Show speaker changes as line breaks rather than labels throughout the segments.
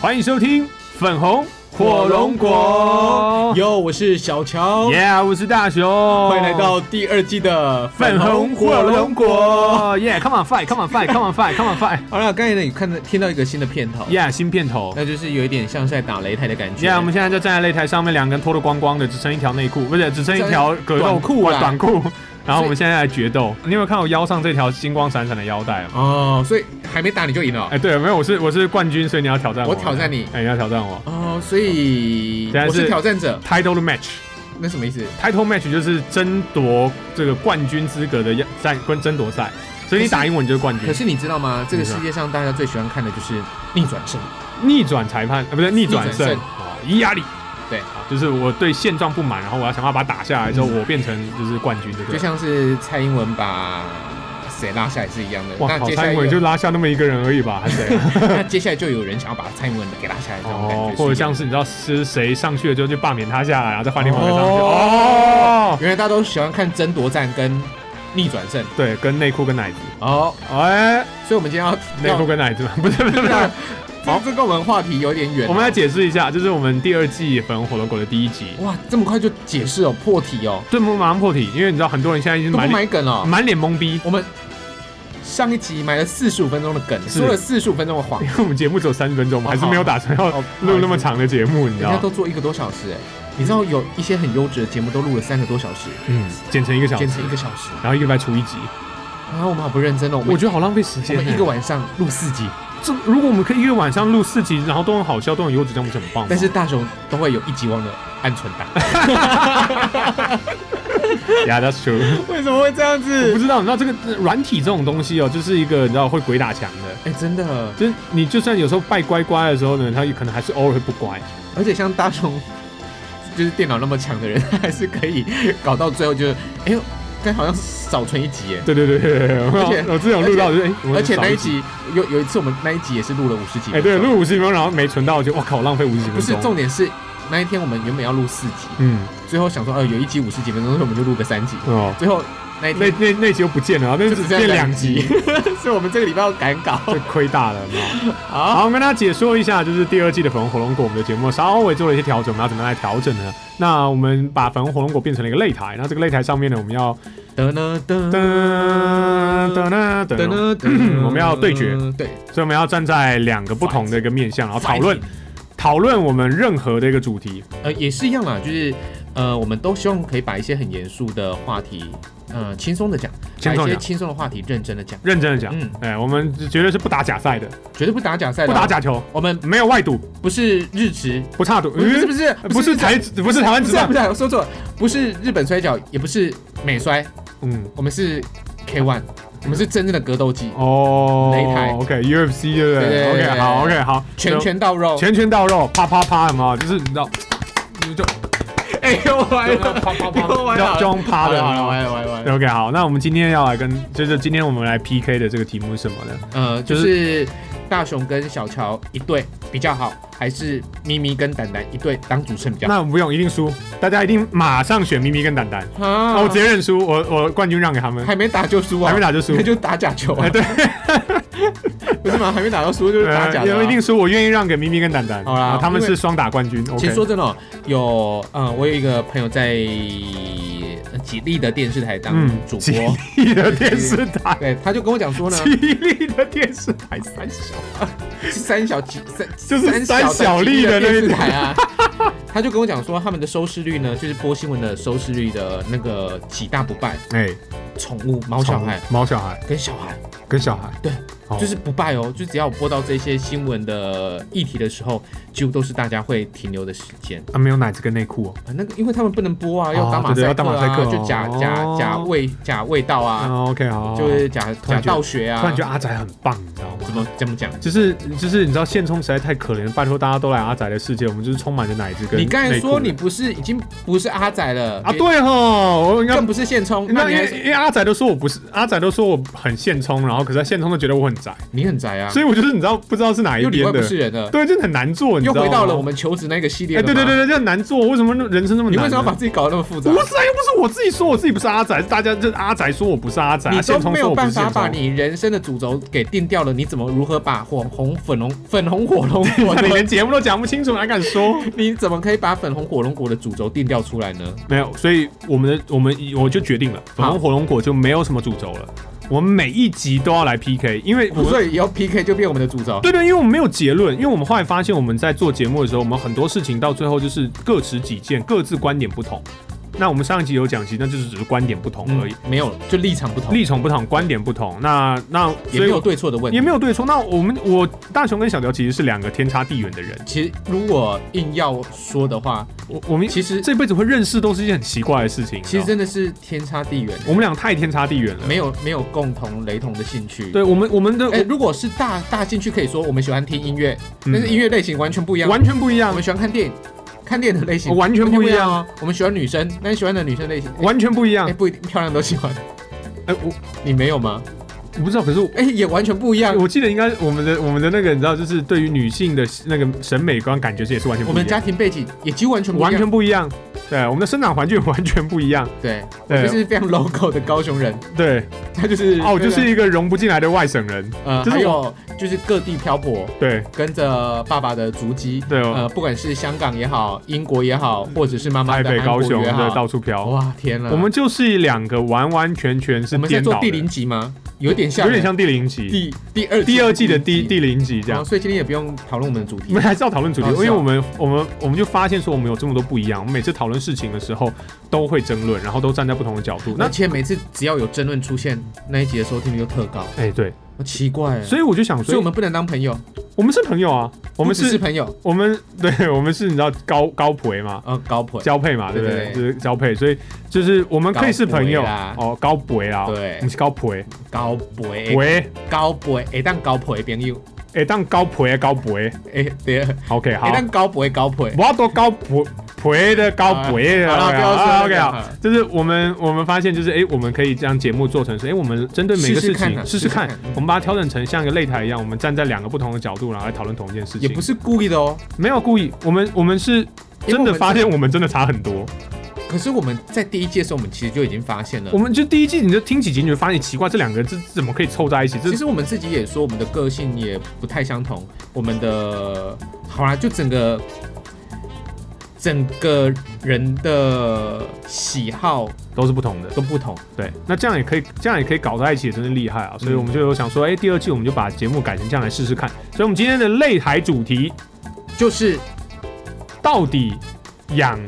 欢迎收听粉红
火龙果。
哟
哟，我是小乔，
，Yeah，我是大雄，
欢迎来到第二季的
粉红火龙。果，Yeah，Come on fight，Come on fight，Come on fight，Come on fight，Yeah，
好了，刚才呢，你看到听到一个新的片头，
新片头。
那就是有一点像是在打擂台的感觉。
Yeah，我们现在就站在擂台上面，两个人脱得光光的，只剩一条内裤，不是，只剩一条格斗
短裤啦
短裤。啊然后我们现在来决斗，你有没有看我腰上这条金光闪闪的腰带啊？
哦，所以还没打你就赢了
哎，对，没有，我是我是冠军，所以你要挑战我。
我挑战你
哎，你要挑战我。
哦，所以
现在是嗯
我是挑战者，
Title match。
那什么意思？
Title match 就是争夺这个冠军资格的赛跟争夺赛，所以你打赢我你就是冠军
可。是你知道吗？这个
你知道
世界上大家最喜欢看的就是逆转胜。
逆转裁判啊，呃不是逆转
逆
胜
转胜
啊，伊压力。
对嗯
啊，就是我对现状不满，然后我要想办法把它打下来之后，我变成就是冠军，对不啊
就
对？
像是蔡英文把谁拉下来是一样的。
哇
那
靠，
接下
蔡
来
英文
有
就拉下那么一个人而已吧，还是怎样？
那接下来就有人想要把蔡英文给拉下来，这种感
哦
觉。，
或者像
是
是你知道是谁上去了之后就罢免他下来，然后再换另外一个上去。
哦
哦，
原来大家都喜欢看争夺战跟逆转胜
对，跟内裤跟奶子，
哦，
哎，
所以我们今天要
内裤跟奶子嘛，不是不是不是。
那
好
这这跟我们话题有点远哦。
我们来解释一下，这是我们第二季《粉红火龙果》的第一集。
哇，这么快就解释哦，破题哦，
对，马上破题，因为你知道很多人现在已经
都不
满脸
买梗哦。
满脸懵逼，
我们上一集埋了四十五分钟的梗，
是
说了四十五分钟的谎
因，为我们节目只有三十分钟，我们还是没有打算要
好
录那么长的节目，你知
人家
道
都？做一个多小时哎。你知道有一些很优质的节目都录了三个多小时，
嗯，剪成一个小
坚
时
持，一个小时，
然后一个礼拜出一集，
然后我们好哎不认真哦。我
我
们
觉得好浪费时
我
间。欸
们一个晚上录四集，
这如果我们可以一个晚上录四集，然后都很好笑，都很优质，这样不是很棒吗？
但是大雄都会有一集忘了按存档。
，Yeah that's true。
为什么会这样
我不
子？
知道，你知道这个呃软体这种东西哦，就是一个你知道会鬼打墙的。
哎、真的，
就是你就算有时候拜乖乖的时候呢，他可能还是偶尔会不乖。
而且像大雄，就是电脑那么强的人，他还是可以搞到最后就是，哎呦，刚才好像少存一集耶。
对对对对对对，
而且
我我之前有录到，就是哎，我
而且
少
那
一
一
集
集有有一次我们那一集也是录了五十几
哎、
分钟，
对，录五十分钟，然后没存到，就哇靠，浪费五十分钟。
不是重点是那一天我们原本要录四集，
嗯，
最后想说哦有一集五十几分钟，所以我们就录个三集，
哦，
最后那一
那
天
那那集又不见了，然后那
就
只
只剩
变
下
两 集，，
所以我们这个礼拜要赶稿。
就亏大了。有没 有
好，
好，我们跟大家解说一下，就是第二季的粉红火龙果，我们的节目稍微做了一些调整，我们要怎么样来调整呢？那我们把粉红火龙果变成了一个擂台，那这个擂台上面呢，我们要
噔噔噔
噔噔噔
噔
噔，
噔噔，
我们要对决，
对，
所以我们要站在两个不同的一个面向，然后讨论讨论我们任何的一个主题。
呃，也是一样啦，就是呃，我们都希望可以把一些很严肃的话题，呃，轻松的讲，
轻
把
松
一
地
些
讲
轻松的话题认真的讲，
认真的讲，
嗯
哎、我们绝对是不打假赛的，
绝对不打假赛，
不打，假球，
我们
没有外赌，
不是日职，
不差赌，
不是不
嗯
是
不是台不是台湾
不
职
是啊
棒
不，是，我说错了，不是日本摔跤，也不是美摔，
嗯，
我们是 K One，我们是真正的格斗技，
哦，
擂台
，OK UFC 对不
对
对
对对对
？OK 好 OK 好，
拳拳到肉，
拳拳到肉，啪啪啪，有没有？就是你知道，就就
哎呦歪
啪
了，
啪啪啪，
又歪
就
了
就用啪
好
的
了好了
有没
歪
有。
了歪了歪了，
OK 好，那我们今天要来跟，就是今天我们来 PK 的这个题目是什么呢？
呃，就
就是
是大雄跟小乔一对比较好，还是咪咪跟蛋蛋一对当主持人比较好？
那不用，一定输，大家一定马上选咪咪跟蛋蛋，那
啊
我直接认输，我我冠军让给 他们，
还没打就输啊，
还没打就输
那。 就打假球啊，
哎对，
不是吗？还没打 到输就是打假的、啊
呃一定输，我愿意让给咪咪跟蛋蛋。
好啦
啊他们
因为
是双打冠军。
其
OK
实。说真的哦、有嗯，我有一个朋友在呃吉利的电视台当主
嗯吉
播，
利的电视台，
对，他就跟我讲说呢，
吉利的电视台三小，
三小吉三
就是
三
三小丽的
的
那一
电视台啊。 他就跟我讲说，他们的收视率呢，就是播新闻的收视率的那个几大不败，
哎，
宠物、猫小孩
宠物毛小孩
跟小孩，
跟小孩，
对
哦，
就是不败哦。就只要我播到这些新闻的议题的时候，几乎都是大家会停留的时间。
啊，没有奶子跟内裤哦。
啊，那个因为他们不能播啊，要打马
哦对对
赛
要打马赛克
克
哦
啊，就假假假味假味道啊，
啊，OK，好，
就是假
突
假
然觉得
道学啊
突然，觉得阿仔很棒，你知道
怎
吗？
么怎么讲？
就是就是，你知道现充实在太可怜了，拜托大家都来阿仔的世界，我们就是充满着奶子跟
你刚才
内裤
说你不是已经不是阿仔了
啊，
也
对吼，我应该
更。不是现充，那
那
你
因
还
为因为阿仔都说我不是，阿仔都说我很现充，然后可是他现充都觉得我很宅，
你很宅啊，
所以我就是你知道不知道是哪一
又里外
边的，
不是人了，
对，就是很难做，你知
又
道吗哦
回到了我们求职那个系列
哎，
了吗。
对对对对，就很难做，为什么人生这么难呢？啊
你为什么要把自己搞得那么复杂
不？是啊，又不是我自己说我自己不是阿宅，是大家就是阿宅说我不是阿宅，啊
你
现
都
充
没
说
有
我不
办
是现
法
充
把你人生的主轴给定掉了，你怎么如何把火红、粉红、粉红火龙 果
那你
的？
连节目都讲不清楚，还敢说？
你怎么可以把粉红火龙果的主轴定调出来呢？
没有，所以我们的我们我就决定了，粉红火龙果就没有什么主轴了，我们每一集都要来 PK，因为我们。
所以以后 PK 就变我们的主轴。
对对，因为我们没有结论，因为我们后来发现我们在做节目的时候，我们很多事情到最后就是各持己见，各自观点不同。那我们上一集有讲，其实那就是只是观点不同而
嗯
已，，
没有，就立场不同，
立场不同，观点不同。那那
也
所
没
以
有对错的问
嗯
题。
也没有对错。那我们我大雄跟小雕其实是两个天差地远的人，
其实如果硬要说的话，
我我们
其实
这辈子会认识都是一件很奇怪的事情。
其
你知道
实
吗
真的是天差地远，
我们俩太天差地远了。
没有没有共同雷同的兴趣。
对我们我们的、
哎、如果是大大兴趣，可以说我们喜欢听音乐，
嗯
但是音乐类型完全不一样。
完全不一
我
样
们，喜欢看电影，看电影的类型
完全不一样，啊
哦。我们喜欢女生，但是喜欢的女生类型，哎、
完全不一样
哎。不一定漂亮都喜欢。
哎、我
你没有吗？
我不知道，可是我。
哎、也完全不一样。
我记得应该我们的我们的那个你知道，就是对于女性的那个审美观感觉是也是完全
我
不一
们
样，
家庭背景也几乎完全不一
完
样。
全不一样。对，我们的生长环境完全不一样。
对，我
对
就是非常 local 的高雄人，
对，
他就是啊
哦，我就是一个融不进来的外省人。
呃，
就是
还有就是各地漂泊，
对
跟着爸爸的足迹，
对哦嗯
呃，不管是香港也好，英国也好，或者是妈妈
台
的
北、
韩
高
国
雄
也
对
好，
到处飘。
哇，天哪！
我们就是两个完完全全是
我们在
颠
做
倒的
第零集吗？有点像，
有点像第零集，
第第二
第二季的
第
第第
一
零集这
然
样
后。所以今天也不用讨论我们的主
我
题
们。还是要讨论主题，
哦
因
是
为
哦
我们我们我们就发现说我们有这么多不一样，我们每次讨论事情的时候都会争论，然后都站在不同的角度。那
而且每次只要有争论出现，那一集的收听率就特高，
哎、对，
我奇怪欸。
所以我就想，
所以
所以
我
我们
们不能当朋友，
我们是朋友啊，我们
不只
是
是朋友，
我们对我们是你知道高高培嘛，
呃，高朋
交配嘛，对不
对
对？
对
就是交配，所以就是我们可以是朋友
高培啦
哦，高培啦，
对
我们是高培，
高陪
喂，
高陪，会当高陪的朋友，
哎，当高培的高培
哎，对，会
，OK，好，
当高陪高陪，
我要多高培培的高培，
啊好了
好
不要说
好
那
，OK，
个嗯
好
好，
就是我们我们发现就是哎、我们可以将节目做成是哎、我们针对每个事
试试看
情
啊
试试看
试试看，
我们把它调整成像一个擂台一样，我们站在两个不同的角度，然后来讨论同一件事
也
情
不。是故意的哦。
没有故意，我们我们是
因为
真
我
的
们
发现我们真的差很多。
可是我们在第一届的时候，我们其实就已经发现了
我。们就第一季你就听几集，你就发现奇怪，这两个这怎么可以凑在一起？这
其实我们自己也说，我们的个性也不太相同，我们的好啦，就整个整个人的喜好
都是不同的。
都不同。
对，那这样也可以，这样也可以搞在一起，真是厉害啊！所以我们就有想说，哎、第二季我们就把节目改成这样来试试看。所以我们今天的擂台主题
就是，
到底养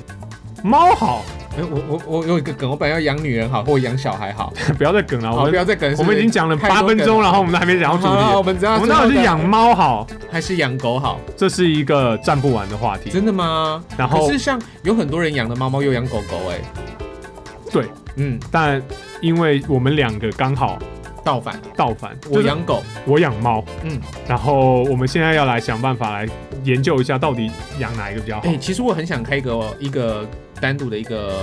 猫好？
哎、我我我有一个梗，我本来要养女人好，或养小孩好，
不要再梗了，我
好不
们
要再梗。
我们已经讲了八分钟，然后我们都还没讲到
讲
主
好了，我
题。
们知道
我们到底是养猫好？
还是养狗好？
这是一个站不完的话题。
真的吗？
然后
可是像有很多人养的猫猫又养狗狗、哎，
对，
嗯，
但因为我们两个刚好
倒反，
倒反，
我
就是
养狗，
我养猫，嗯
嗯，
然后我们现在要来想办法来研究一下，到底养哪一个比较好
哎、。其实我很想开一个一个单独的一个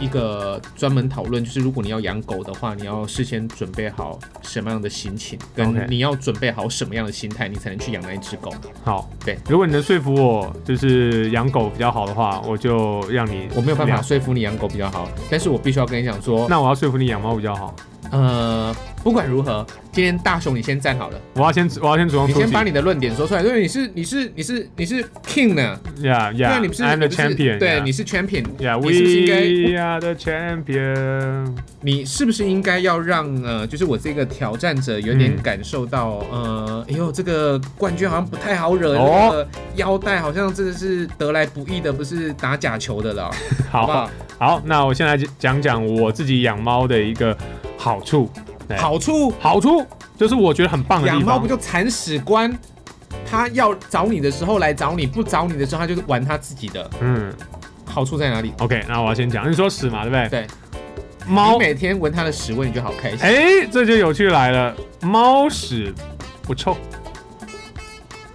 一个专门讨论，就是如果你要养狗的话，你要事先准备好什么样的心情，
OK
跟你要准备好什么样的心态，你才能去养那一只狗。
好，
对，
如果你能说服我，就是养狗比较好的话，我就让你。
我没有办法。说服你养狗比较好，但是我必须要跟你讲说，
那我要说服你养猫比较好。
呃，不管如何，今天大雄你先站好了，
我要先，我要先主动
你
出
先
击。
把你的论点说出来，因为你是你是你是你是 king 呢，
Yeah,
对
yeah.
啊，你不是
I'm the
你不是
champion.
对，
yeah.
你是 champion，
Yeah,
你是不是应该
we are the champion.
你是不是应该要让呃，就是我这个挑战者有点
嗯
感受到、呃，哎呦，这个冠军好像不太好惹，
哦
那个腰带好像真的是得来不易的，不是打假球的了，好
好
不好？
好，那我先来讲讲我自己养猫的一个好处。对
好处
好处就是我觉得很棒的
养
地
猫
方
不。就铲屎官？他要找你的时候来找你，不找你的时候他就是玩他自己的。
嗯
好处在哪里？
，OK，那我要先讲，你说屎嘛，对不对？
对，
猫
你每天闻他的屎味，你就好开心。
哎、这就有趣来了，猫屎不臭，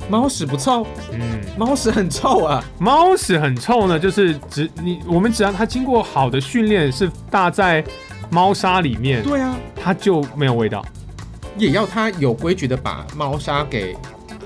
猫屎不臭，
嗯，
猫屎很臭啊。
猫屎很臭呢，就是只你我们只要它经过好的训练，是搭在猫砂里面，
对啊，
它就没有味道。
也要它有规矩的把猫砂给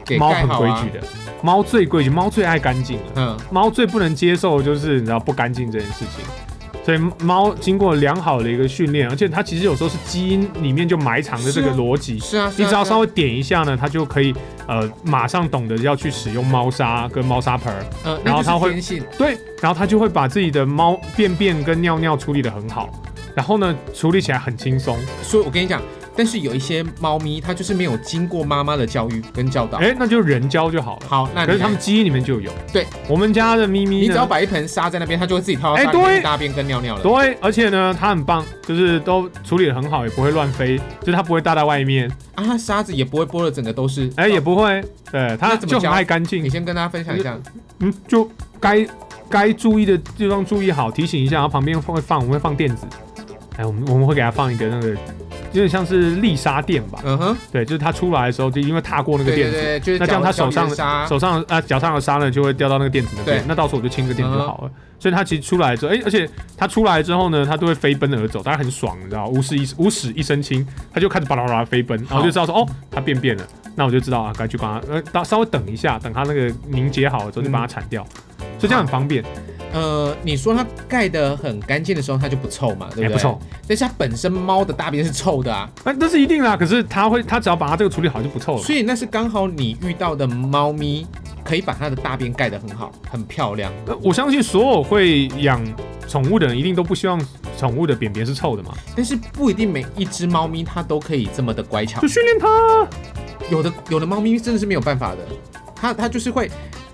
给
猫
盖
很
好
规
啊。
矩的，猫最规矩，猫最爱干净了。
嗯，
猫最不能接受的就是你知道不干净这件事情，所以猫经过良好的一个训练，而且它其实有时候是基因里面就埋藏的这个
是啊
逻辑，
是啊，是
你
啊
只要
是啊
稍微点一下呢，它就可以呃马上懂得要去使用猫砂跟猫砂盆儿，
呃，
然后它
它
会
天性，
对，然后它就会把自己的猫便便跟尿尿处理得很好，然后呢处理起来很轻松，
所以我跟你讲，但是有一些猫咪它就是没有经过妈妈的教育跟教导。
哎，那就人教就好了。
啊好，那
可
你
是它们
来
基因里面就有，
对，
我们家的咪咪呢，
你只要把一盆沙在那边，它就会自己跳到
哎
沙里面
对
去大便跟尿尿了。
对，而且呢，它很棒，就是都处理得很好，也不会乱飞，就是它不会搭在外面，
啊，它沙子也不会拨的整个都是。
哎、也不会，对，它
哦那怎么
就很
教
爱干
你
净，
先跟大家分享一下，
嗯，就该该注意的地方注意好，提醒一下，然后旁边会放我们会放垫子，哎、我们我们会给它放一个那个，有点像是砾沙垫吧，
嗯哼，
对，就是它出来的时候就因为踏过那个
对
垫
对
子。
对，就是
那这样
脚
它手上
脚底的沙，
手上啊脚上的沙呢就会掉到那个垫子那边
对，
那到时候我就清个垫就好了。所以它其实出来之后，哎、而且它出来之后呢，它都会飞奔而走，当然很爽，你知道，无事一无屎一身轻，它就开始巴拉巴拉飞奔，然后我就知道说哦，它便便了，那我就知道啊，该去帮它呃，到稍微等一下，等它那个凝结好了之后就
嗯
把它铲掉。所以这样很方便，
呃，你说它盖得很干净的时候，它就不臭嘛，对不
也
对？
不臭。。
但是它本身猫的大便是臭的啊，
那这是一定啦，可是它会，它只要把它这个处理好就不臭了。
所以那是刚好你遇到的猫咪可以把它的大便盖得很好，很漂亮。
呃我相信所有会养宠物的人一定都不希望宠物的便便是臭的嘛，
但是不一定每一只猫咪它都可以这么的乖巧
就，训练它。
有的有的猫咪真的是没有办法的，它它就是会。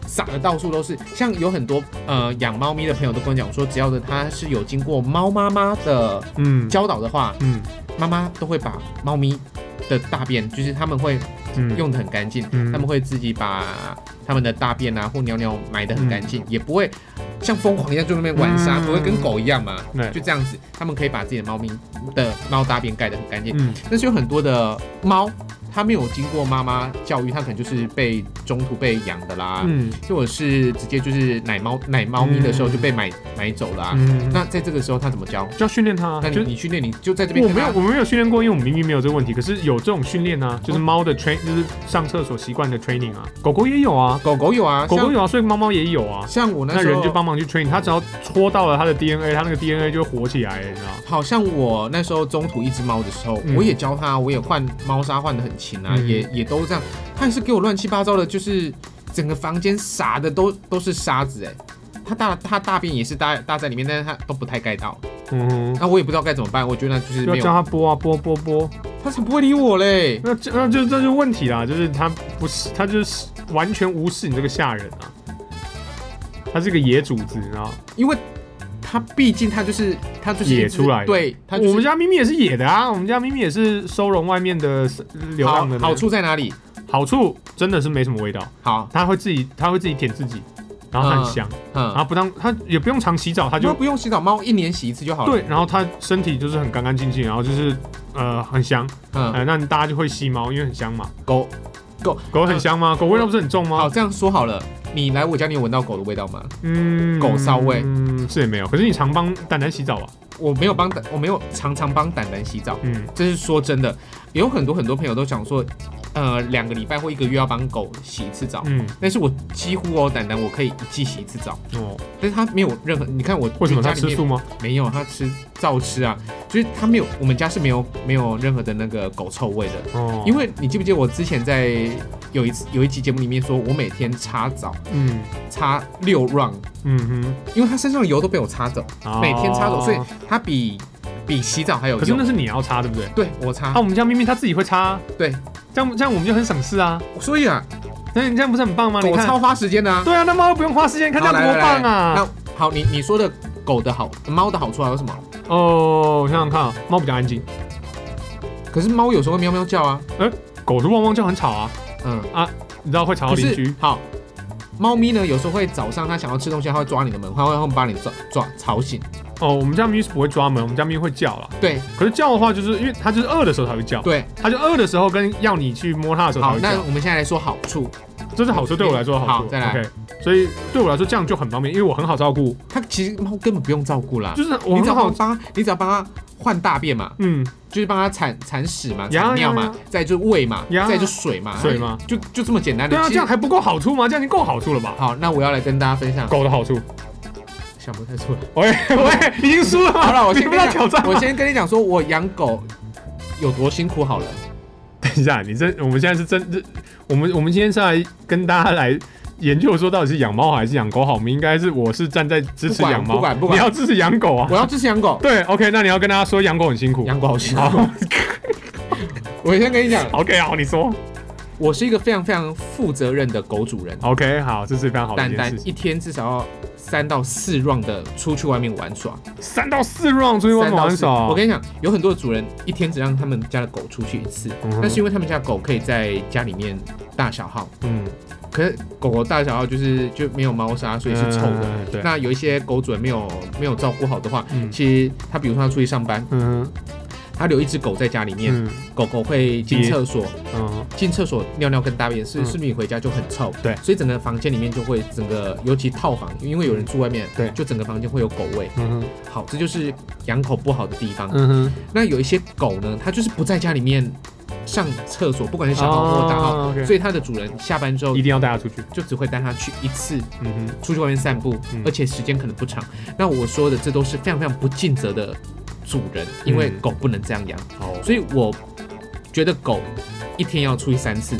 撒的到处都是，像有很多呃养猫咪的朋友都跟我讲说，只要的它是有经过猫妈妈的
嗯
教导的话，
嗯
妈妈都会把猫咪的大便，就是他们会
嗯，
用的很干净，
嗯
他们会自己把他们的大便啊或尿尿埋得很干净，也不会像疯狂一样就那边玩沙，
嗯
不会跟狗一样嘛，
对
就这样子，他们可以把自己的猫咪的猫大便盖得很干净。
嗯
但是有很多的猫，它没有经过妈妈教育，它可能就是被中途被养的啦，
嗯
或者是直接就是奶猫奶猫咪的时候
嗯
就被买、买走了啊、
嗯，
那在这个时候它怎么教？
就要训练它啊，
那你
就是
你训练，你就在这边
我
看
没
它
有我没有训练过，因为我们明明没有这个问题，可是有这种训练啊，就是猫的 train 就是上厕所习惯的 training 啊，狗狗也有啊，
狗狗有啊，
狗狗
像
有啊，所以猫猫也有啊，
像我那
那
时候
人就帮忙去 train，它只要戳到了它的 DNA，它那个 DNA 就会活起来，你知道吗？
好像我那时候中途一只猫的时候，
嗯
我也教它，我也换猫砂换的很勤啊，
嗯
也也都这样，它也是给我乱七八糟的，就是整个房间撒的都都是沙子哎、它大它大便也是搭搭在里面，但是它都不太盖到，啊
嗯哼，
那我也不知道该怎么办，我觉得那就是
就
没
要叫
有，
它拨啊拨拨拨，
它才不会理我嘞。
那这那就这就问题啦，就是它不是它就是完全无视你这个下人啊，它是个野主子，你知道吗？
因为它毕竟它就是它就是
野
一只
出来的
对，它就是
我们家咪咪也是野的啊，我们家咪咪也是收容外面的流
好
浪的呢
好处在哪里？
好处真的是没什么味道，
好，
它会自己它会自己舔自己，然后它很香，然
嗯，
后不当它也不用常洗澡，它
猫
就
不用洗澡，猫一年洗一次就好了。
对，然后它身体就是很干干净净，然后就是呃很香，
嗯，
呃那大家就会吸猫，因为很香嘛。
狗
狗很香吗？狗味道不是很重
呃好，
吗？
这样说好了，你来我家，你有闻到狗的味道吗？
嗯，
狗骚味
嗯是也没有，可是你常帮蛋蛋洗澡吧？啊
我没有帮蛋，我没有常常帮蛋蛋洗澡，
嗯
这是说真的。有很多很多朋友都想说，呃，两个礼拜或一个月要帮狗洗一次澡，
嗯
但是我几乎哦，蛋蛋我可以一季洗一次澡，
哦，
但是它没有任何，你看我
为什么
家
它
里
吃
面
素吗？
没有，它吃照吃啊，就是它没有，我们家是没有没有任何的那个狗臭味的。
哦，
因为你记不记得我之前在有一次有一集节目里面说，我每天擦澡
嗯
擦六 round，
嗯哼
因为它身上的油都被我擦走，，
哦
每天擦走，所以它比比洗澡还有
可是
用
那。是你要擦对不对？
对我擦
啊，，我们家咪咪它自己会擦，
对，
这样这样我们就很省事啊。
所以啊，
那你这样不是很棒吗？哦你
狗
看，
超花时间的啊。
对啊，那猫又不用花时间，看这
好
样多棒！
来来
啊！
来那好，你你说的狗的好，猫的好处还啊有什么？
哦，我想想看啊，猫比较安静，
可是猫有时候会喵喵叫啊，
狗是汪汪叫很吵啊，
嗯，
你知道会吵到
可
邻
是
居。
好，猫咪呢有时候会早上它想要吃东西，它会抓你的门，它会它会把你抓抓吵醒。
哦，我们家咪是不会抓门，我们家咪会叫啦。
对
可是叫的话，就是因为它就是饿的时候才会叫，
对，
它就饿的时候跟要你去摸它的时候才
好，
会
那
叫，
我们现在来说好处，
这是好处，对我来说的好处。
好再来
OK，所以对我来说这样就很方便，因为我很好照顾，
它其实猫根本不用照顾啦，
就是我
你
很
只要
好
帮，它，你只要帮它换大便嘛，
嗯，
就是帮它铲铲屎嘛，
呀
铲尿
呀
嘛
呀，
再就喂嘛，
呀
再就水嘛，
水嘛，
就就这么简单的。
对啊，
其
这
实
样还不够好处吗？这样已经够好处了吧？
好，那我要来跟大家分享，
狗的好处，
想不太出来。
喂喂，已经输了吗，
好了，我
你
先
不
跟
要
啊你
挑战啊
讲，
吗。
我先跟你讲，说我养狗有多辛苦好了。
等一下，你真，我们现在是真，这我们我们今天是来跟大家来研究说到底是养猫还是养狗好。我们应该是我是站在支持
不管
养猫，
不管不管
你要支持养狗啊
我。要支持养狗，
对，OK，那你要跟大家说 养狗很辛苦。
养狗好 辛苦。
好
我先跟你讲，
，OK，好，你说
我是一个非常非常负责任的狗主人，
，OK，好，这是非常好的
单
一件
单
事情。
一天至少要三到四 round 的出去外面玩耍，
三到四 round 出去外
三
面
到
玩
四。
耍，
我跟你讲，有很多的主人一天只让他们家的狗出去一次，
嗯哼
那是因为他们家的狗可以在家里面大小号，
嗯，
可是狗狗大小号就是就没有猫砂，所以是臭的。
嗯对，
那有一些狗主人没有没有照顾好的话，
嗯
其实他比如说他出去上班，
嗯
他留一只狗在家里面，
嗯
狗狗会进
憋
厕所，
嗯，
进厕所尿尿跟大便是、
嗯
是不是你回家就很臭？
对
所以整个房间里面就会整个，尤其套房，因为有人住外面，
对
就整个房间会有狗味。
嗯哼，
好，这就是养狗不好的地方。
嗯哼，
那有一些狗呢，它就是不在家里面上厕所，不管是小号或大号，
o k
所以它的主人下班之后
哦一定要带它出去，
就只会带它去一次
嗯哼，
出去外面散步，
嗯
而且时间可能不长。那我说的这都是非常非常不尽责的主人，因为
嗯
狗不能这样养，
好，
所以我觉得狗一天要出去三次，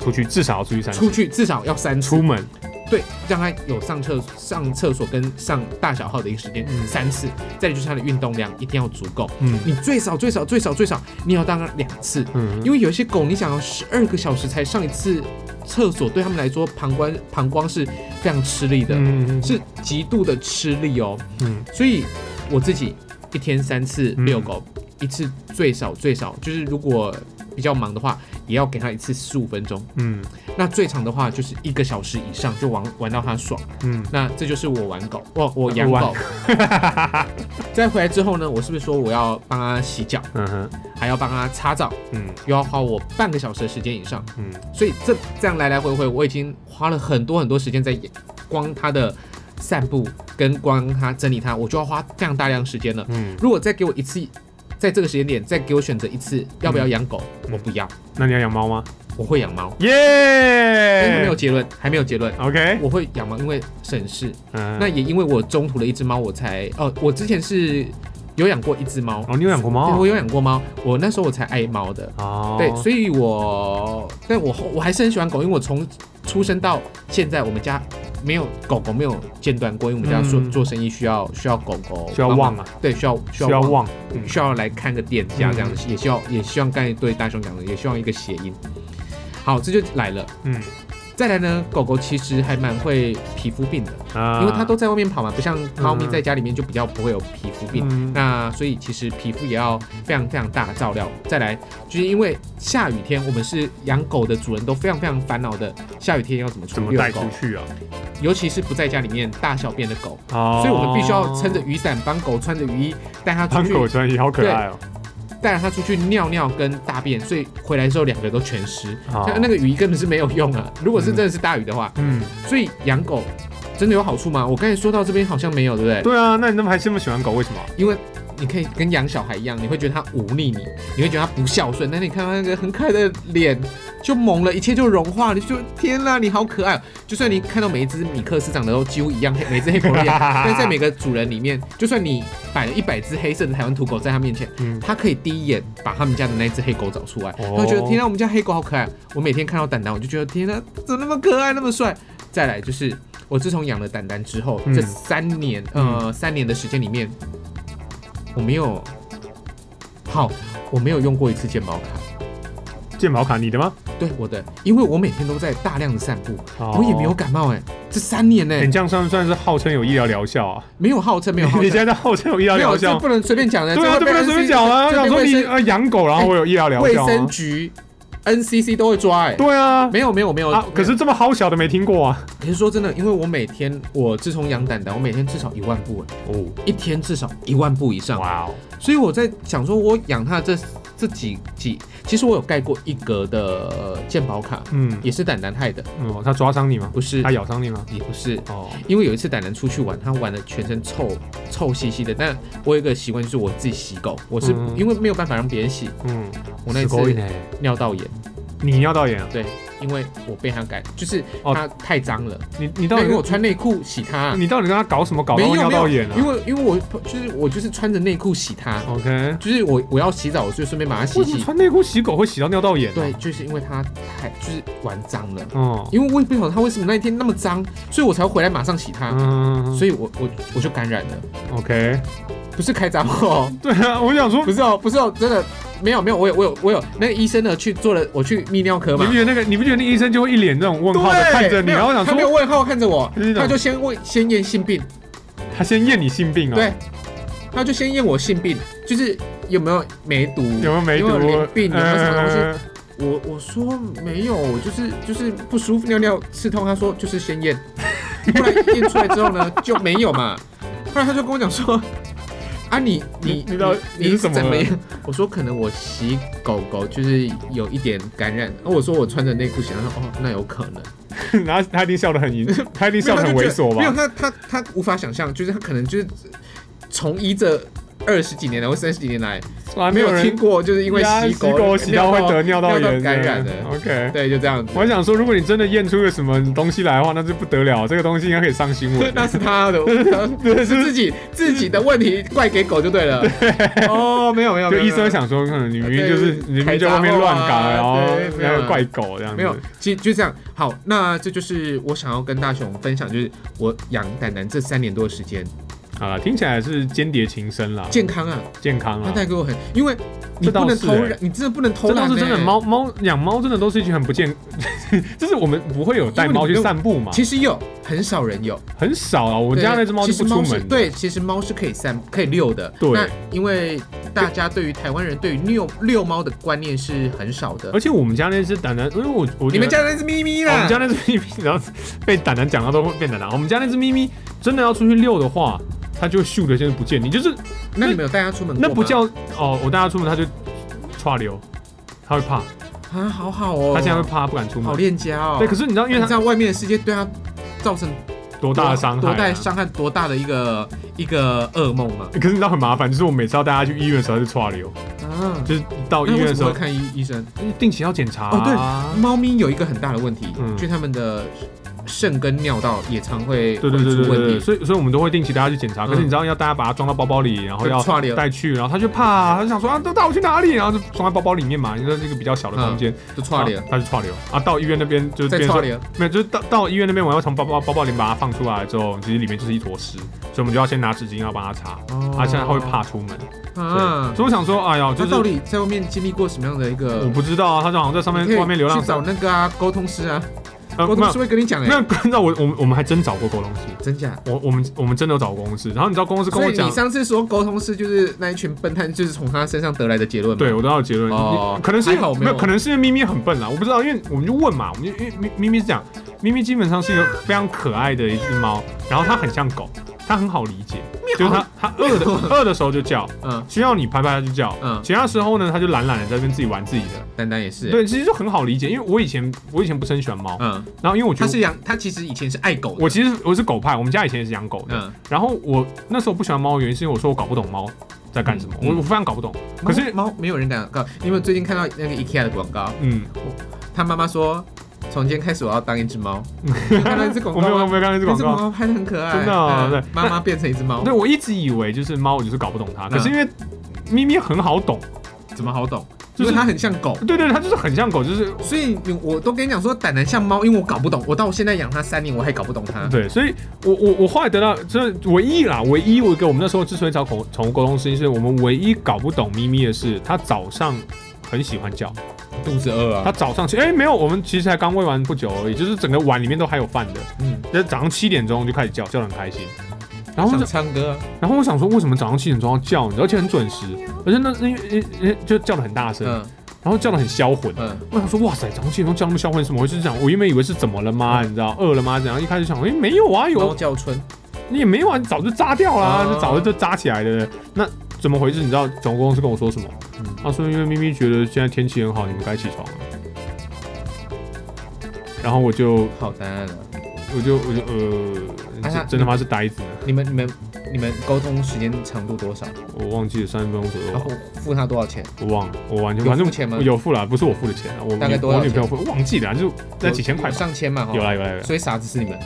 出去至少要出去三次，
出去至少要三次
出，门，
对，让它有上厕上厕所跟上大小号的一个时间、
嗯
三次，再来就是它的运动量一定要足够，
嗯
你最少最少最少最少你要当两次，
嗯
因为有一些狗你想要十二个小时才上一次厕所，对他们来说膀胱膀胱是非常吃力的，
嗯
是极度的吃力哦，
嗯
所以我自己一天三次
嗯
遛狗，一次最少最少就是如果比较忙的话，也要给它一次十五分钟。
嗯
那最长的话就是一个小时以上，就玩玩到它爽。
嗯，
那这就是我玩狗，我我养狗。 再回来之后呢，我是不是说我要帮它洗脚，
嗯哼，
还要帮它擦澡，
嗯
又要花我半个小时的时间以上？
嗯
所以这这样来来回回，我已经花了很多很多时间在光它的散步跟光它整理它，我就要花非常大量时间了。
嗯，
如果再给我一次，在这个时间点再给我选择一次，要不要养狗？
嗯
我不要，
那你要养猫吗？
我会养猫。但是没
耶
有结论，还没有结论。
，OK，
我会养猫，因为省事。
嗯，
那也因为我中途了一只猫，我才哦，我之前是有养过一只猫，
哦，你有养过
对
猫
我有养过猫，我那时候我才爱猫的。
哦，
对，所以我，但我后我还是很喜欢狗，因为我从出生到现在，我们家没有狗狗没有间断过，因为我们家做、
嗯
做生意需要需要狗狗，
需要望，啊，
对，需要
需
需要
要嗯
旺，
望，嗯
需要来看个店家这样子，也需要也希望刚才对大雄讲的，也希望一个谐音。好，这就来了。
嗯
再来呢，狗狗其实还蛮会皮肤病的，
啊，
因为它都在外面跑嘛，不像猫咪
嗯
在家里面就比较不会有皮肤病。
嗯
那所以其实皮肤也要非常非常大的照料。再来，就是因为下雨天，我们是养狗的主人都非常非常烦恼的，下雨天要怎么出
怎么
去遛
带
狗
出，去啊？
尤其是不在家里面大小便的狗，
哦，
所以我们必须要撑着雨伞帮狗穿着雨衣带它出
帮
去，
狗穿也好可爱哦，
带它出去尿尿跟大便，所以回来之后两个都全湿，
哦
像那个雨衣根本是没有用啊。如果是真的是大雨的话，
嗯，
所以养狗真的有好处吗？我刚才说到这边好像没有，对不对？
对啊，那你那么还这么喜欢狗，为什么？
因为你可以跟养小孩一样，你会觉得他忤逆你，你会觉得他不孝顺，但你看到那个很可爱的脸就萌了，一切就融化了，你就觉得天啦，你好可爱哦！就算你看到每一只米克斯长得都几乎一样，黑，每只黑狗都一样，但在每个主人里面，就算你摆了一百只黑色的台湾土狗在他面前，
嗯，
他可以第一眼把他们家的那只黑狗找出来，
哦
他会觉得天啊，我们家黑狗好可爱。我每天看到蛋蛋，我就觉得天啊，怎么那么可爱，那么帅。再来就是我自从养了蛋蛋之后，
嗯
这三年呃、三年的时间里面，我没有好，我没有用过一次健保卡。
健保卡你的吗？
对我的，因为我每天都在大量的散步，
哦
我也没有感冒哎、这三年哎、
欸你这样算不算是号称有医疗疗效啊？
没有号称，没有号
你
称，
现在号称有医疗
没有
疗
这
效，
不能随便讲的，
对啊，
哎这
这不
会被
能随便
NCC
讲啊！
这
想
被
说
卫
你
生哎
呃养狗，然后我有医疗疗
卫
效啊
生，局 NCC 都会抓哎、
对啊，
没有没有没有
啊，可是这么好小的没听过啊，
可是说真的，因为我每天我自从养蛋蛋，我每天至少一万步，哎
哦，
一天至少一万步以上，
哇哦，
所以我在想说，我养它这这几几，其实我有盖过一格的呃健保卡，
嗯，
也是胆男害的，
哦，他抓伤你吗？
不是
他，咬伤你吗？
也不是，
哦，
因为有一次胆男出去玩，他玩的全身臭臭兮兮的。但我有一个习惯就是我自己洗狗，我是、
嗯
因为没有办法让别人洗，
嗯，
我那一次
すごいね
尿道炎，
欸你尿道炎啊？
对，因为我被他改，就是
哦啊
他太脏了。
你你到
那
底
因为我穿内裤洗他，
你到底跟他搞什么搞
没
到
有
尿
没
道
有，
炎啊
因为因为我就是我就是穿着内裤洗他，
？OK，为
就是我我要洗澡，我就顺便把它洗
什么
洗。
穿内裤洗狗会洗到尿道炎？啊
对，，就是因为他太就是玩脏了，
哦，
因为我也不晓得他为什么那一天那么脏，所以我才回来马上洗他，
嗯，
啊所以我我我就感染了，
OK，
不是开闸哦。
对啊，我想说，
不是哦，不是哦，真的没有没有，我有我有我有那个医生呢去做了，我去泌尿科
你
嘛
不，觉得那个你不觉得那医生就会一脸这种问
对
号的看着你，
没有
然后想
他没有
说
问号看着我
就是那，种
他就先问先验性病，
他先验你性病啊？
对，他就先验我性病，就是有没有梅毒，
有没有梅毒？
有没有淋病，有没有什么东西？
呃
我我说没有，我就是就是不舒服，尿尿刺痛。他说就是 先验，后来验出来之后呢就没有嘛。后来他就跟我讲说，啊你
你
你
你到底你是怎么了
样？我说可能我洗狗狗就是有一点感染。哦，我说我穿着内裤洗，他说哦那有可能。
然后嗯 他一定笑得很 淫，他一定
没有
笑得
他
很
就
猥
觉得
琐
没有
吧？
他他他无法想象，就是他可能就是从医这二十几年来或三十几年来
从来
没有
人
听过，就是因为
呀
洗
洗狗洗到会得尿道炎
感染的。
OK。
对，就这样子。
我还想说，如果你真的验出个什么东西来的话，那就不得了，这个东西应该可以上新
对，
闻。
那是 他的，是自己自己的问题，怪给狗就 对了。哦，没有没有，
就
没有
医生想说，可能你明明
对
就是
就是
你明明就外面乱搞，
开
然
闸
后
啊对没有
然后
啊
怪狗这样子。
没有，其实就这样。好，那这就是我想要跟大雄分享，就是我养胆男这三年多的时间，
啊，听起来是间谍情深啦，
健康啊，
健康
他
啦。
带给我很，因为你
这倒
不能
是
偷
欸
懒，你真的不能偷
这
懒
倒
欸，
是真的，猫啊猫养猫真的都是一群很不健， 就是我们不会有带
因为你
猫去
没有
散步嘛，
其实有很少人有，
很少啊。我
对
家那只猫
其
就
实
不出
猫是
门。，
对，其实猫是可以散、可以遛的。
对
那因为大家对于台湾人对于遛遛猫的观念是很少的
而。且我们家那只胆男，因为我我觉得
你们家那是咪咪
哦我
啦，
们家那只咪咪，然后被胆男讲到都会变胆男。我们家那只咪咪真的要出去遛的话，它就咻的，现在不见你，就是
那你们有带它出门过吗？
那不叫哦。我带它出门，它就岔溜，它会怕，
啊，好好哦，
它现在会怕，它不敢出
好
门。
恋家哦。
对，可是你知道，因
你
为
知
它
道外面的世界对它造成
多大的伤害、
多大
啊
的？伤害，多大的一个一个噩梦啊嘛？
可是你知道很麻烦，就是我每次要带它去医院的时候，它就岔溜，
啊，
就是到医
那
院
为
的
什
时
么
候哎
会看医医生？哦
定期要检查、啊。
猫咪有一个很大的问题，
嗯
就是它们的肾跟尿道也常会
对
会
对对对
出
对对
问
对，
题，
所以所以我们都会定期带它去检查。可是你
嗯
知道，要大家把它装到包包里，然后要
就串流
带去，然后他就怕、啊，他就想说啊，都带我去哪里？然后就装在包包里面嘛，你说那个比较小的空间，
就嗯串流
然后，他就串流啊，到医院那边就
再
变成说
串流。
没有，就是到到医院那边，我要从包包包包里把它放出来之后，其实里面就是一坨屎，所以我们就要先拿纸巾要帮他擦。
哦
啊，现在他会怕出门，
啊
对，所。以我想说，哎呀，就
它到
是
底在外面经历过什么样的一个？
我不知道啊，他就好像在上
你可
面
以
外面流浪
去，找那个啊沟通师啊，
呃，
沟
没
通
有
师会跟你讲哎、
没有，你知道我我们我们还真找过沟通师，
真假？
我我们我们真的有找过公司，然后你知道公司跟
所
我
以
讲
你，上次说沟通师就是那一群笨蛋，就是从他身上得来的结论吗？
对，我得到结论，
哦
你可能是因为
还好我没
没
有
有，可能是因为咪咪很笨啦，我不知道，因为我们就问嘛，我们就因为咪咪咪是这样，咪咪基本上是一个非常可爱的一只猫，然后它很像狗，它很好理解，就是它它饿 的饿的时候就叫，
嗯，
需要你拍拍它就叫，
嗯
其他时候呢它就懒懒的在那边自己玩自己的，
丹丹也是、
对，其实就很好理解，因为我以前我以前不是很喜欢猫，
嗯，
然后因为我觉
他
得
是养，他其实以前是爱狗的，
我其实我是狗派，我们家以前也是养狗的，
嗯，
然后我那时候不喜欢猫的原因是因为我说我搞不懂猫在干什么，
嗯
我我非常搞不懂，可是
猫猫没有人敢告，你有没有最近看到那个 IKEA 的广告？
嗯。
他妈妈说，从今天开始我要当一只猫，你有看到一只 广
我没有，我
告吗？
没有看到这
那
广
只
告。
猫拍的很可爱，
真的哦
嗯
对
妈妈变成一只猫
对，，我一直以为就是猫，我就是搞不懂它。可
嗯
是因为咪咪很好懂，
怎么好懂？
就
就是是它很像狗，
对对，它就是很像狗，就是
所以你我都跟你讲说胆男像猫，因为我搞不懂，我到现在养它三年，我还搞不懂它。
对。所以我我我后来得到，这唯一啦，唯一我给我们那时候之所以找宠宠物沟通师，是我们唯一搞不懂咪咪的是，它早上很喜欢叫，
肚子饿啊
它，早上起哎、没有，我们其实才刚喂完不久而已，就是整个碗里面都还有饭的，
嗯，
但早上七点钟就开始叫，叫得很开心。然后我就
想唱歌啊，
然后我想说，为什么早上七点钟要叫你？而且很准时，而且那那因为因为就叫得很大声，
嗯
然后叫得很销魂。
嗯，
我想说，哇塞，早上七点钟叫那么销魂，怎么回事？这样，我原本以为是怎么了吗？
嗯
你知道，饿了吗？这样，一开始想，哎、没有啊，
猫
有
叫春，
你也没有啊，你早就扎掉啦、
哦
就早就扎起来的。那怎么回事？你知道总公司跟我说什么？
嗯
他说因为咪咪觉得现在天气很好，你们该起床了。然后我就
好答案了。
我就我就呃，
啊
你
那
是真他妈是呆子呢，
你们你们你们沟通时间长度多少？
我忘记了三十分钟左右吧
然后，付他多少钱？
我忘了，我完全
有
反正
付钱吗
我有付啦，不是我付的钱啊，我
大概
女
多少
我女
钱
朋友付，忘记了啊，就那几千块
有
吧，
上千嘛，哈
有啦啊有啦有啦。
所以傻子是你们。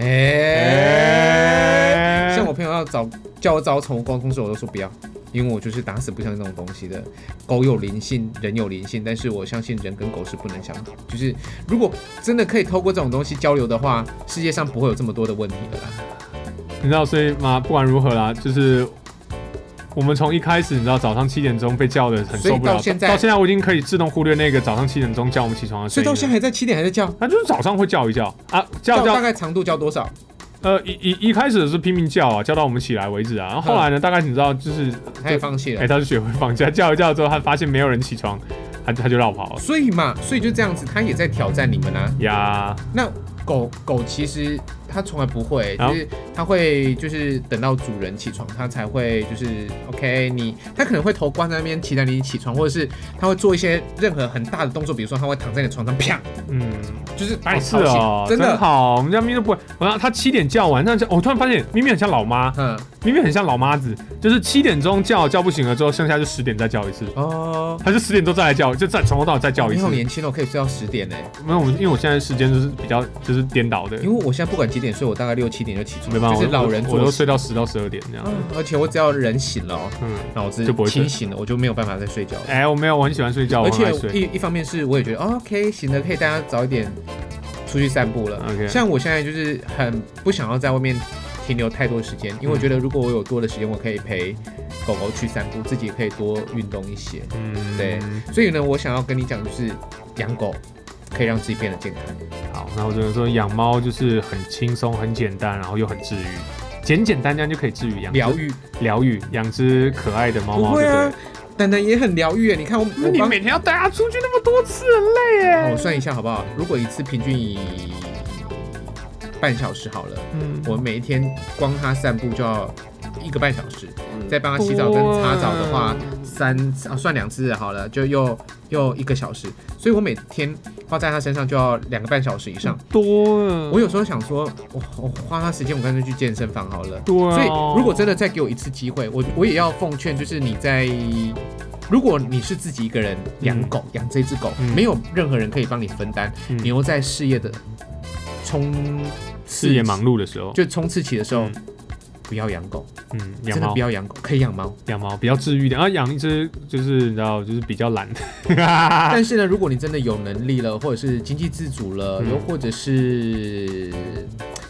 哎、
哎
像我朋友要找叫我找宠物公公司，我都说不要，因为我就是打死不相信这种东西的。狗有灵性，人有灵性，但是我相信人跟狗是不能相比。就是如果真的可以透过这种东西交流的话，世界上不会有这么多的问题的啦。
你知道，所以嘛，不管如何啦，就是我们从一开始，你知道早上七点钟被叫的很受不
所以
了，
到现在
到现在我已经可以自动忽略那个早上七点钟叫我们起床的
所
声音
以到
了。
现在还在七点还在叫，
他就是早上会叫一叫啊，叫
叫大
叫，
概长度叫多少？
呃，一一一开始是拼命叫啊，叫到我们起来为止啊。然后后来呢，大概你知道，就是
他也放弃了
哎、。他是学会放假，叫一叫之后，他发现没有人起床，他他就绕跑了
所以嘛，所以就这样子，他也在挑战你们啊。
呀。
那狗狗其实它从来不会，
好
就是它会就是等到主人起床，它才会就是 OK 你，它可能会头关在那边期待你起床，或者是它会做一些任何很大的动作，比如说它会躺在你床上啪，
嗯，
就是把
哎
你
是
吵醒，
哦，
真的，
好，我们家咪咪都不会。我让他七点叫完，那就哦我突然发现咪咪很像老妈，
嗯
明明很像老妈子，就是七点钟叫叫不醒了之后，剩下就十点再叫一次，
哦。
还是十点钟再来叫，就再从头到尾再叫一
你
次
好。年轻哦，可以睡到十点呢。
没有，我因为我现在时间就是比较就是颠倒的，
因为我现在不管几点睡，我大概六七点就起床，
没办法，
就是
我
老人
我我
做
都
息。
睡到十到十二点这样。
嗯而且我只要人醒了哦，
嗯，
脑子
就不会睡
清醒了，我就没有办法再睡觉了。
哎、我没有，我很喜欢睡觉，我
而
很爱
且
睡。
一一方面是我也觉得、哦、OK 行了，可以大家早一点出去散步了。
OK
像我现在就是很不想要在外面停留太多时间，因为我觉得如果我有多的时间，我可以陪狗狗去散步，自己也可以多运动一些。
嗯，
对所以呢，我想要跟你讲，就是养狗可以让自己变得健康。
嗯好，那我只能说养猫就是很轻松、很简单，然后又很治愈，简简单单就可以治愈养
疗愈
疗愈，养只可爱的猫猫。哦对了。，
丹丹也很疗愈耶。啊你看我，
那
我
你
帮
每天要带它出去那么多次，很累
我
耶。
算一下好不好？如果一次平均以半小时好了，
嗯
我每一天光它散步就要一个半小时，再帮它洗澡跟擦澡的话，三啊算两次好了，就又又一个小时，所以我每天花在它身上就要两个半小时以上。
多了。
我有时候想说，我我花它时间，我干脆去健身房好了。
对、啊，
所以如果真的再给我一次机会，我我也要奉劝，就是你在。如果你是自己一个人养狗，养、这只狗、
嗯
没有任何人可以帮你分担，
嗯
你又在事业的冲
事业忙碌的时候，
就冲刺期的时候，
嗯
不要养狗，
嗯，养
真的
猫
不要养狗，可以养猫。
养猫比较治愈一点，啊，养一只就是你知道，就是比较懒的，啊
但是呢，如果你真的有能力了，或者是经济自主了，
嗯
又或者是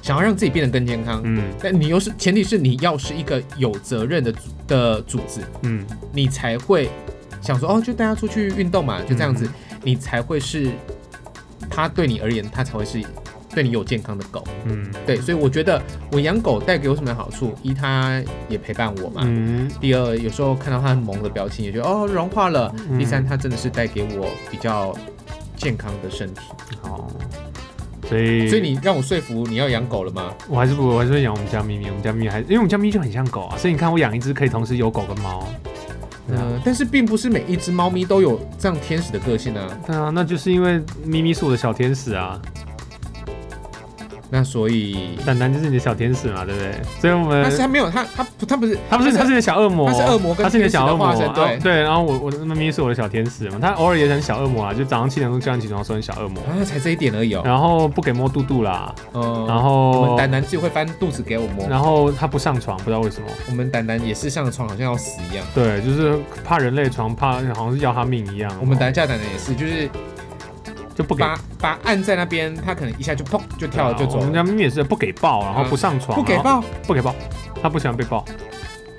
想要让自己变得更健康，
嗯
但你又是前提是你要是一个有责任的组的组织，
嗯，
你才会想说哦，就带他出去运动嘛，就这样
嗯
子，你才会是他对你而言，他才会是对你有健康的狗。
嗯
对，所以我觉得我养狗带给我什么好处？一，它也陪伴我嘛。
嗯，
第二，有时候看到它很萌的表情，也觉得哦融化了。
嗯
第三，它真的是带给我比较健康的身体。
好，所以
所以你让我说服你要养狗了吗？
我还是不，我还是会养我们家咪咪，我们家咪咪还因为我们家咪咪就很像狗啊，所以你看我养一只可以同时有狗跟猫，对啊，
呃，但是并不是每一只猫咪都有这样天使的个性啊。
对啊，那就是因为咪咪是我的小天使啊，
那所以，
蛋蛋就是你的小天使嘛，对不对？所以我
它是
们
它没有它它不它不是
呃他不是他是你的小恶魔，
它是恶魔跟
他是你的小恶魔，
天使的化身
啊对，然后我我的咪咪是我的小天使嘛，他偶尔也很小恶魔啊，就早上七点钟叫你起床的时候很小恶魔。
啊才这一点而已哦。
然后不给摸肚肚啦，
嗯，
然
我们
后啊
丹丹自己会翻肚子给我摸，
然后他不上床，不知道为什么。
我们丹丹也是上了床好像要死一样。
对，就是怕人类床，怕好像是要他命一样。
我们等下蛋蛋也是，就是
就不给
把把按在那边，他可能一下就砰就
对啊
跳了就走
我们家
了，
咪咪也是不给抱，然后不上床，
不给
然后，
抱，
不给抱，他不喜欢被抱。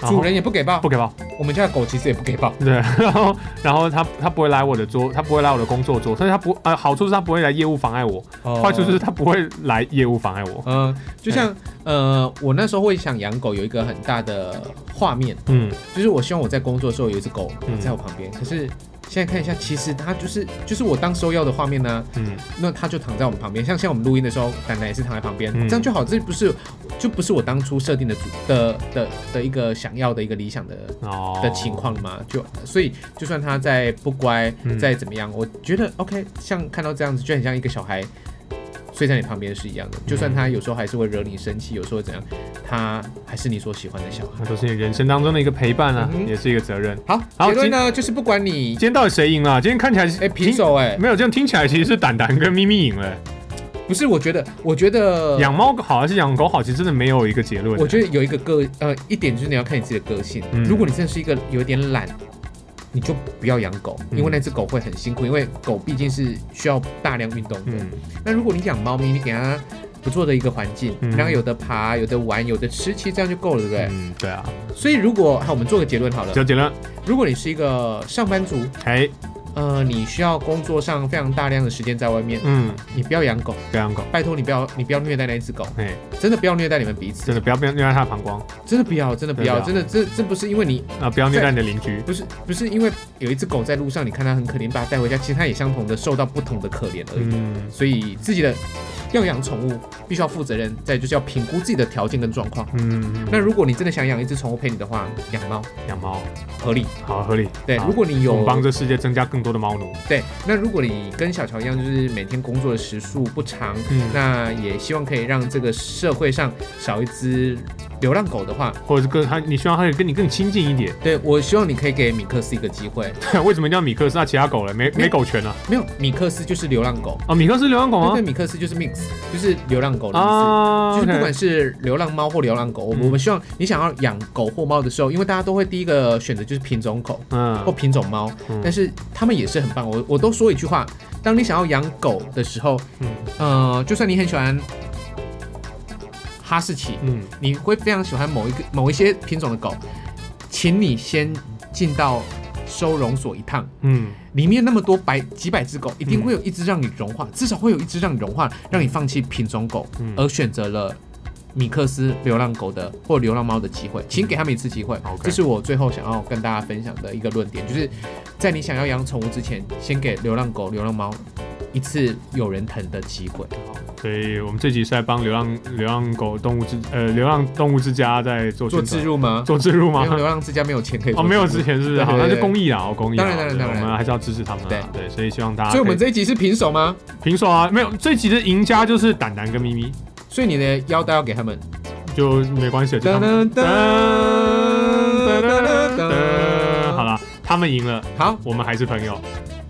然后
主人也不给抱
不，给抱，
我们家的狗其实也不给抱。
对， 然后然后他他不会来我的桌，他不会来我的工作桌，所以他不呃好处是他不会来业务妨碍我，坏处就是他不会来业务妨碍我。
嗯，就像呃，我那时候会想养狗，有一个很大的画面，
嗯
就是我希望我在工作的时候有一只狗
嗯
在我旁边，可是现在看一下，其实它就是就是我当时候要的画面呢、
嗯，
那它就躺在我们旁边，像像我们录音的时候，丹丹也是躺在旁边，
嗯
这样就好，这不是就不是我当初设定的主的的的一个想要的一个理想的
哦
的情，况嘛，就所以就算他再不乖
嗯，
再怎么样，我觉得 OK，像看到这样子就很像一个小孩睡在你旁边是一
嗯
样的，就算他有时候还是会惹你生气，有时候怎样，他还是你所喜欢的小孩
那。都是你人生当中的一个陪伴啊，
嗯哼
也是一个责任。
好，
好
结论呢就是不管你
今天到底谁赢了？今天看起来是
哎平手哎、
没有这样听起来其实是蛋蛋跟咪咪赢了、
不是，我觉得我觉得
养猫好还是养狗好，其实真的没有一个结论。
呃我觉得有一个个呃一点就是你要看你自己的个性。
嗯
如果你真的是一个有点懒，你就不要养狗，因为
嗯
那只狗会很辛苦，因为狗毕竟是需要大量运动的。
嗯
那如果你养猫咪，你给它不错的一个环境，
嗯
让它有的爬，有的玩，有的吃，其实这样就够了，对不对？
嗯，对啊，
所以如果好，我们做个结论好了
只。有结论。
如果你是一个上班族，
哎，
呃，你需要工作上非常大量的时间在外面，
嗯，
你不要养狗，
不要养狗，
拜托你不要，你不要虐待那只狗，
哎，
真的不要虐待你们彼
真
此，
的不要不要虐待它的膀胱
真的不要，真的不要，
真
真的这这不是因为你
啊，不要虐待你的邻居。
不是不是因为有一只狗在路上，你看它很可怜，把它带回家，其实它也相同的受到不同的可怜而已。
嗯
所以自己的要养宠物必须要负责任，再就是要评估自己的条件跟状况。
嗯，
那如果你真的想养一只宠物陪你的话，养猫
养猫
合理。
好合理。
对，
好
如果你
我
有
们帮这世界增加更多的猫奴。
对，那如果你跟小乔一样，就是每天工作的时数不长，
嗯，
那也希望可以让这个社会上少一只流浪狗的话，
或者是更他，你希望它可以跟你更亲近一点。
对我希望你可以给米克斯一个机会。
为什么叫米克斯？那其他狗了没没狗权啊？
没有，米克斯就是流浪狗，
哦，米克斯流浪狗
那
吗
对，？米克斯就是 mix，就是流浪狗的意思。
啊，
就是不
OK
管是流浪猫或流浪狗，我们
嗯
我们希望你想要养狗或猫的时候，因为大家都会第一个选择就是品种狗或
嗯，
品种猫
嗯，
但是他们也是很棒。我我都说一句话，当你想要养狗的时候，
嗯
呃，就算你很喜欢哈士奇，
嗯，
你会非常喜欢某一个某一些品种的狗，请你先进到收容所一趟。
嗯，
里面那么多百几百只狗，一定会有一只让你融化，至少会有一只让你融化，让你放弃品种狗，
嗯
而选择了米克斯流浪狗的或流浪猫的机会，请给他们一次机会。
OK
这是我最后想要跟大家分享的一个论点，就是在你想要养宠物之前，先给流浪狗、流浪猫一次有人疼的机会。
所以我们这集是在帮流浪流浪狗动物之呃流浪动物之家在 做
做
宣
自
传
入吗？
做植入吗
因？为流浪之家没有钱可以
哦，
做
没有
植
之
入
前是不是？
对对
好，
对
那就
对
公益啦，哦，公益啦。
当然当然
对
当然
我们还是要支持他们啊。对，所以希望大家可
所以
以。
我们这一集是平手吗？
平手啊，没有这集的赢家就是胆胆跟咪咪，
所以你的腰带要给 他们。
就没关系了。就他们
噔噔噔噔噔
噔好了，他们赢了，
好，
我们还是朋友，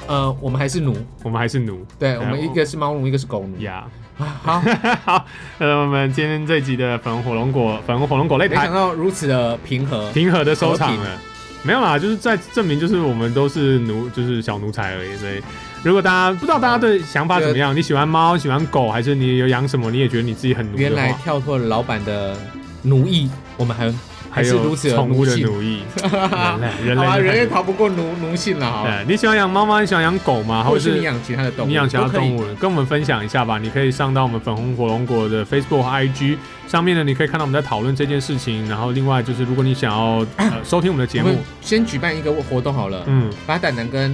呃，我们还是奴，
我们还是奴
对
哎
我们一个是猫奴，一个是狗奴。
呀。
啊 好，
好，那我们今天这集的粉红火龙果、粉红火龙果擂
没想
台
到如此的平和。
平和的收场
和
了。没有啦，就是在证明，就是我们都是奴，就是小奴才而已。所以，如果大家不知道大家的想法怎么样，你喜欢猫、喜欢狗，还是你有养什么，你也觉得你自己很奴
原
的
来
话，
跳脱了老板的奴役，我们还
还
还是
有
如此的
宠物
奴
的
性。
奴 役，人类人类
好啊，
的
人
奴
也
役
逃不过奴奴性了，好吧。
对，你喜欢养猫吗？你喜欢养狗吗？
或
或
者是
者
你
是
养其他的动物，
你养其他
都可以
动物，跟我们分享一下吧。你可以上到我们粉红火龙果的 Facebook 和 IG 上面呢，你可以看到我们在讨论这件事情。然后另外就是，如果你想要呃收听我们的节
我
目
们，先举办一个活动好了，
嗯，
把胆囊跟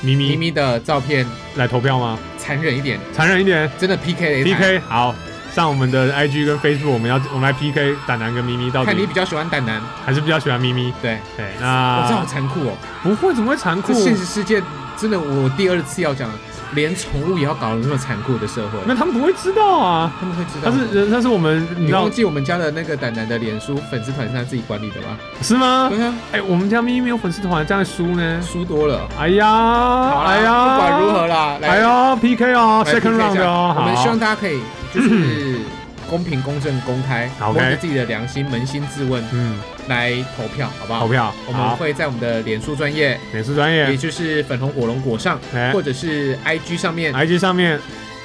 咪
咪
咪
咪的照片
来投票吗？
残忍一点，
残忍一点
真的 PK 了一台。
，PK 好。上我们的 IG 跟 Facebook，我们要我们来 PK 胆男跟咪咪到
看你
底
比较喜欢胆囊，
还是比较喜欢咪咪。
对，
对，
我知道好
那
残酷哦。
不会怎么会残啊酷
这？现实世界真的，我第二次要讲，连宠物也要搞得那么残酷的社会，
那他们不会知道啊，
他们会知
他
道吗。
是人，他是我们，你
你
知道
忘记我们家的那个胆胆的脸书粉丝团是他自己管理的吗？
是吗？
对啊，
哎、我们家咪咪没有粉丝团，这样输呢？
输多了。
哎呀，
好啦
哎呀，
不管如何，啦，来
哎呀，PK 哦
来
，second
PK 一
round
下
哦，
我们
好
希望大家可以就是 公平、公正、公开，
好，OK
摸着自己的良心扪心自问
嗯，
来投票，好不好？
投票，
我们
好，
会在我们的脸书专业，
美术专
也
业，
就是粉红火龙果上，
哎
或者是 IG 上面
，IG 上面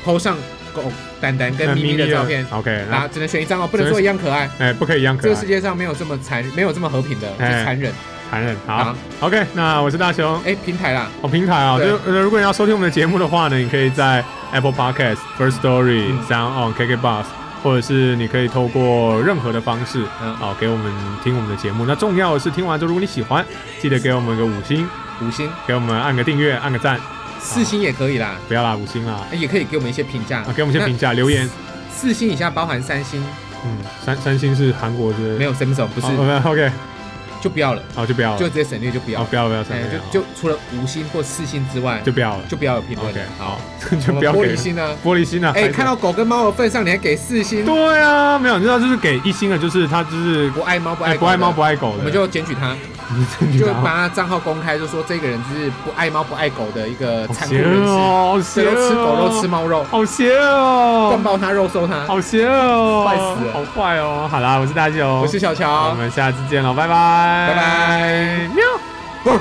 PO 上狗胆胆
哎
跟咪咪的照片，
，OK，
啊，
那
只能选一张哦，不能说一样可爱。
哎，不可以一样
这
可
个
爱
世，界上没有这么残，没有这么和平的，
哎
是残忍。
残忍，好
好
，OK，那我是大雄，
哎，平台啦，
好平台啊，
对
就呃如果你要收听我们的节目的话呢，你可以在 Apple Podcast、First Story
嗯、
Sound On、KK Bus，或者是你可以透过任何的方式。啊
嗯，
好，给我们听我们的节目。那重要的是，听完之后，如果你喜欢，记得给我们个五星，
五星、
给我们按个订阅，按个赞，
四星也可以啦，
不要啦，五星啦，
哎也可以给我们一些评价
啊，给我们一些评价，留言，
那四星以下包含三星，
嗯，三三星是韩国哦是
没有 Samsung 不
不
是、
o k
就不要了，
嗯好就不要了，
就直接省略就不要
好
了，
不要不要，
哎、
三星
就就除了五星或四星之外，
好
就
就不要了，
就不要有评论了
OK，
好，
就不要
我们玻
给
璃心呢、
玻璃心啊，
哎、
还是
看到狗跟猫的份上，你还给四星？
对啊，没有，你知道就是给一星的，就是他就是
不爱猫不爱
哎
狗
不爱猫不
爱，
爱狗的，
我们就检举他，
你
就
知道吗
把他账号公开，就说这个人就是不爱猫不爱狗的一个
好
残酷
邪
人
恶
士，
哦，好
谁
邪
都
恶
吃狗
哦
肉吃猫肉，
好邪恶哦，
灌爆他肉收他。
好邪恶哦，
坏死了
好坏哦。好啦，我是大九，
我是小
好，我
乔，
们下次见喽，拜拜，
拜拜
喵。
不是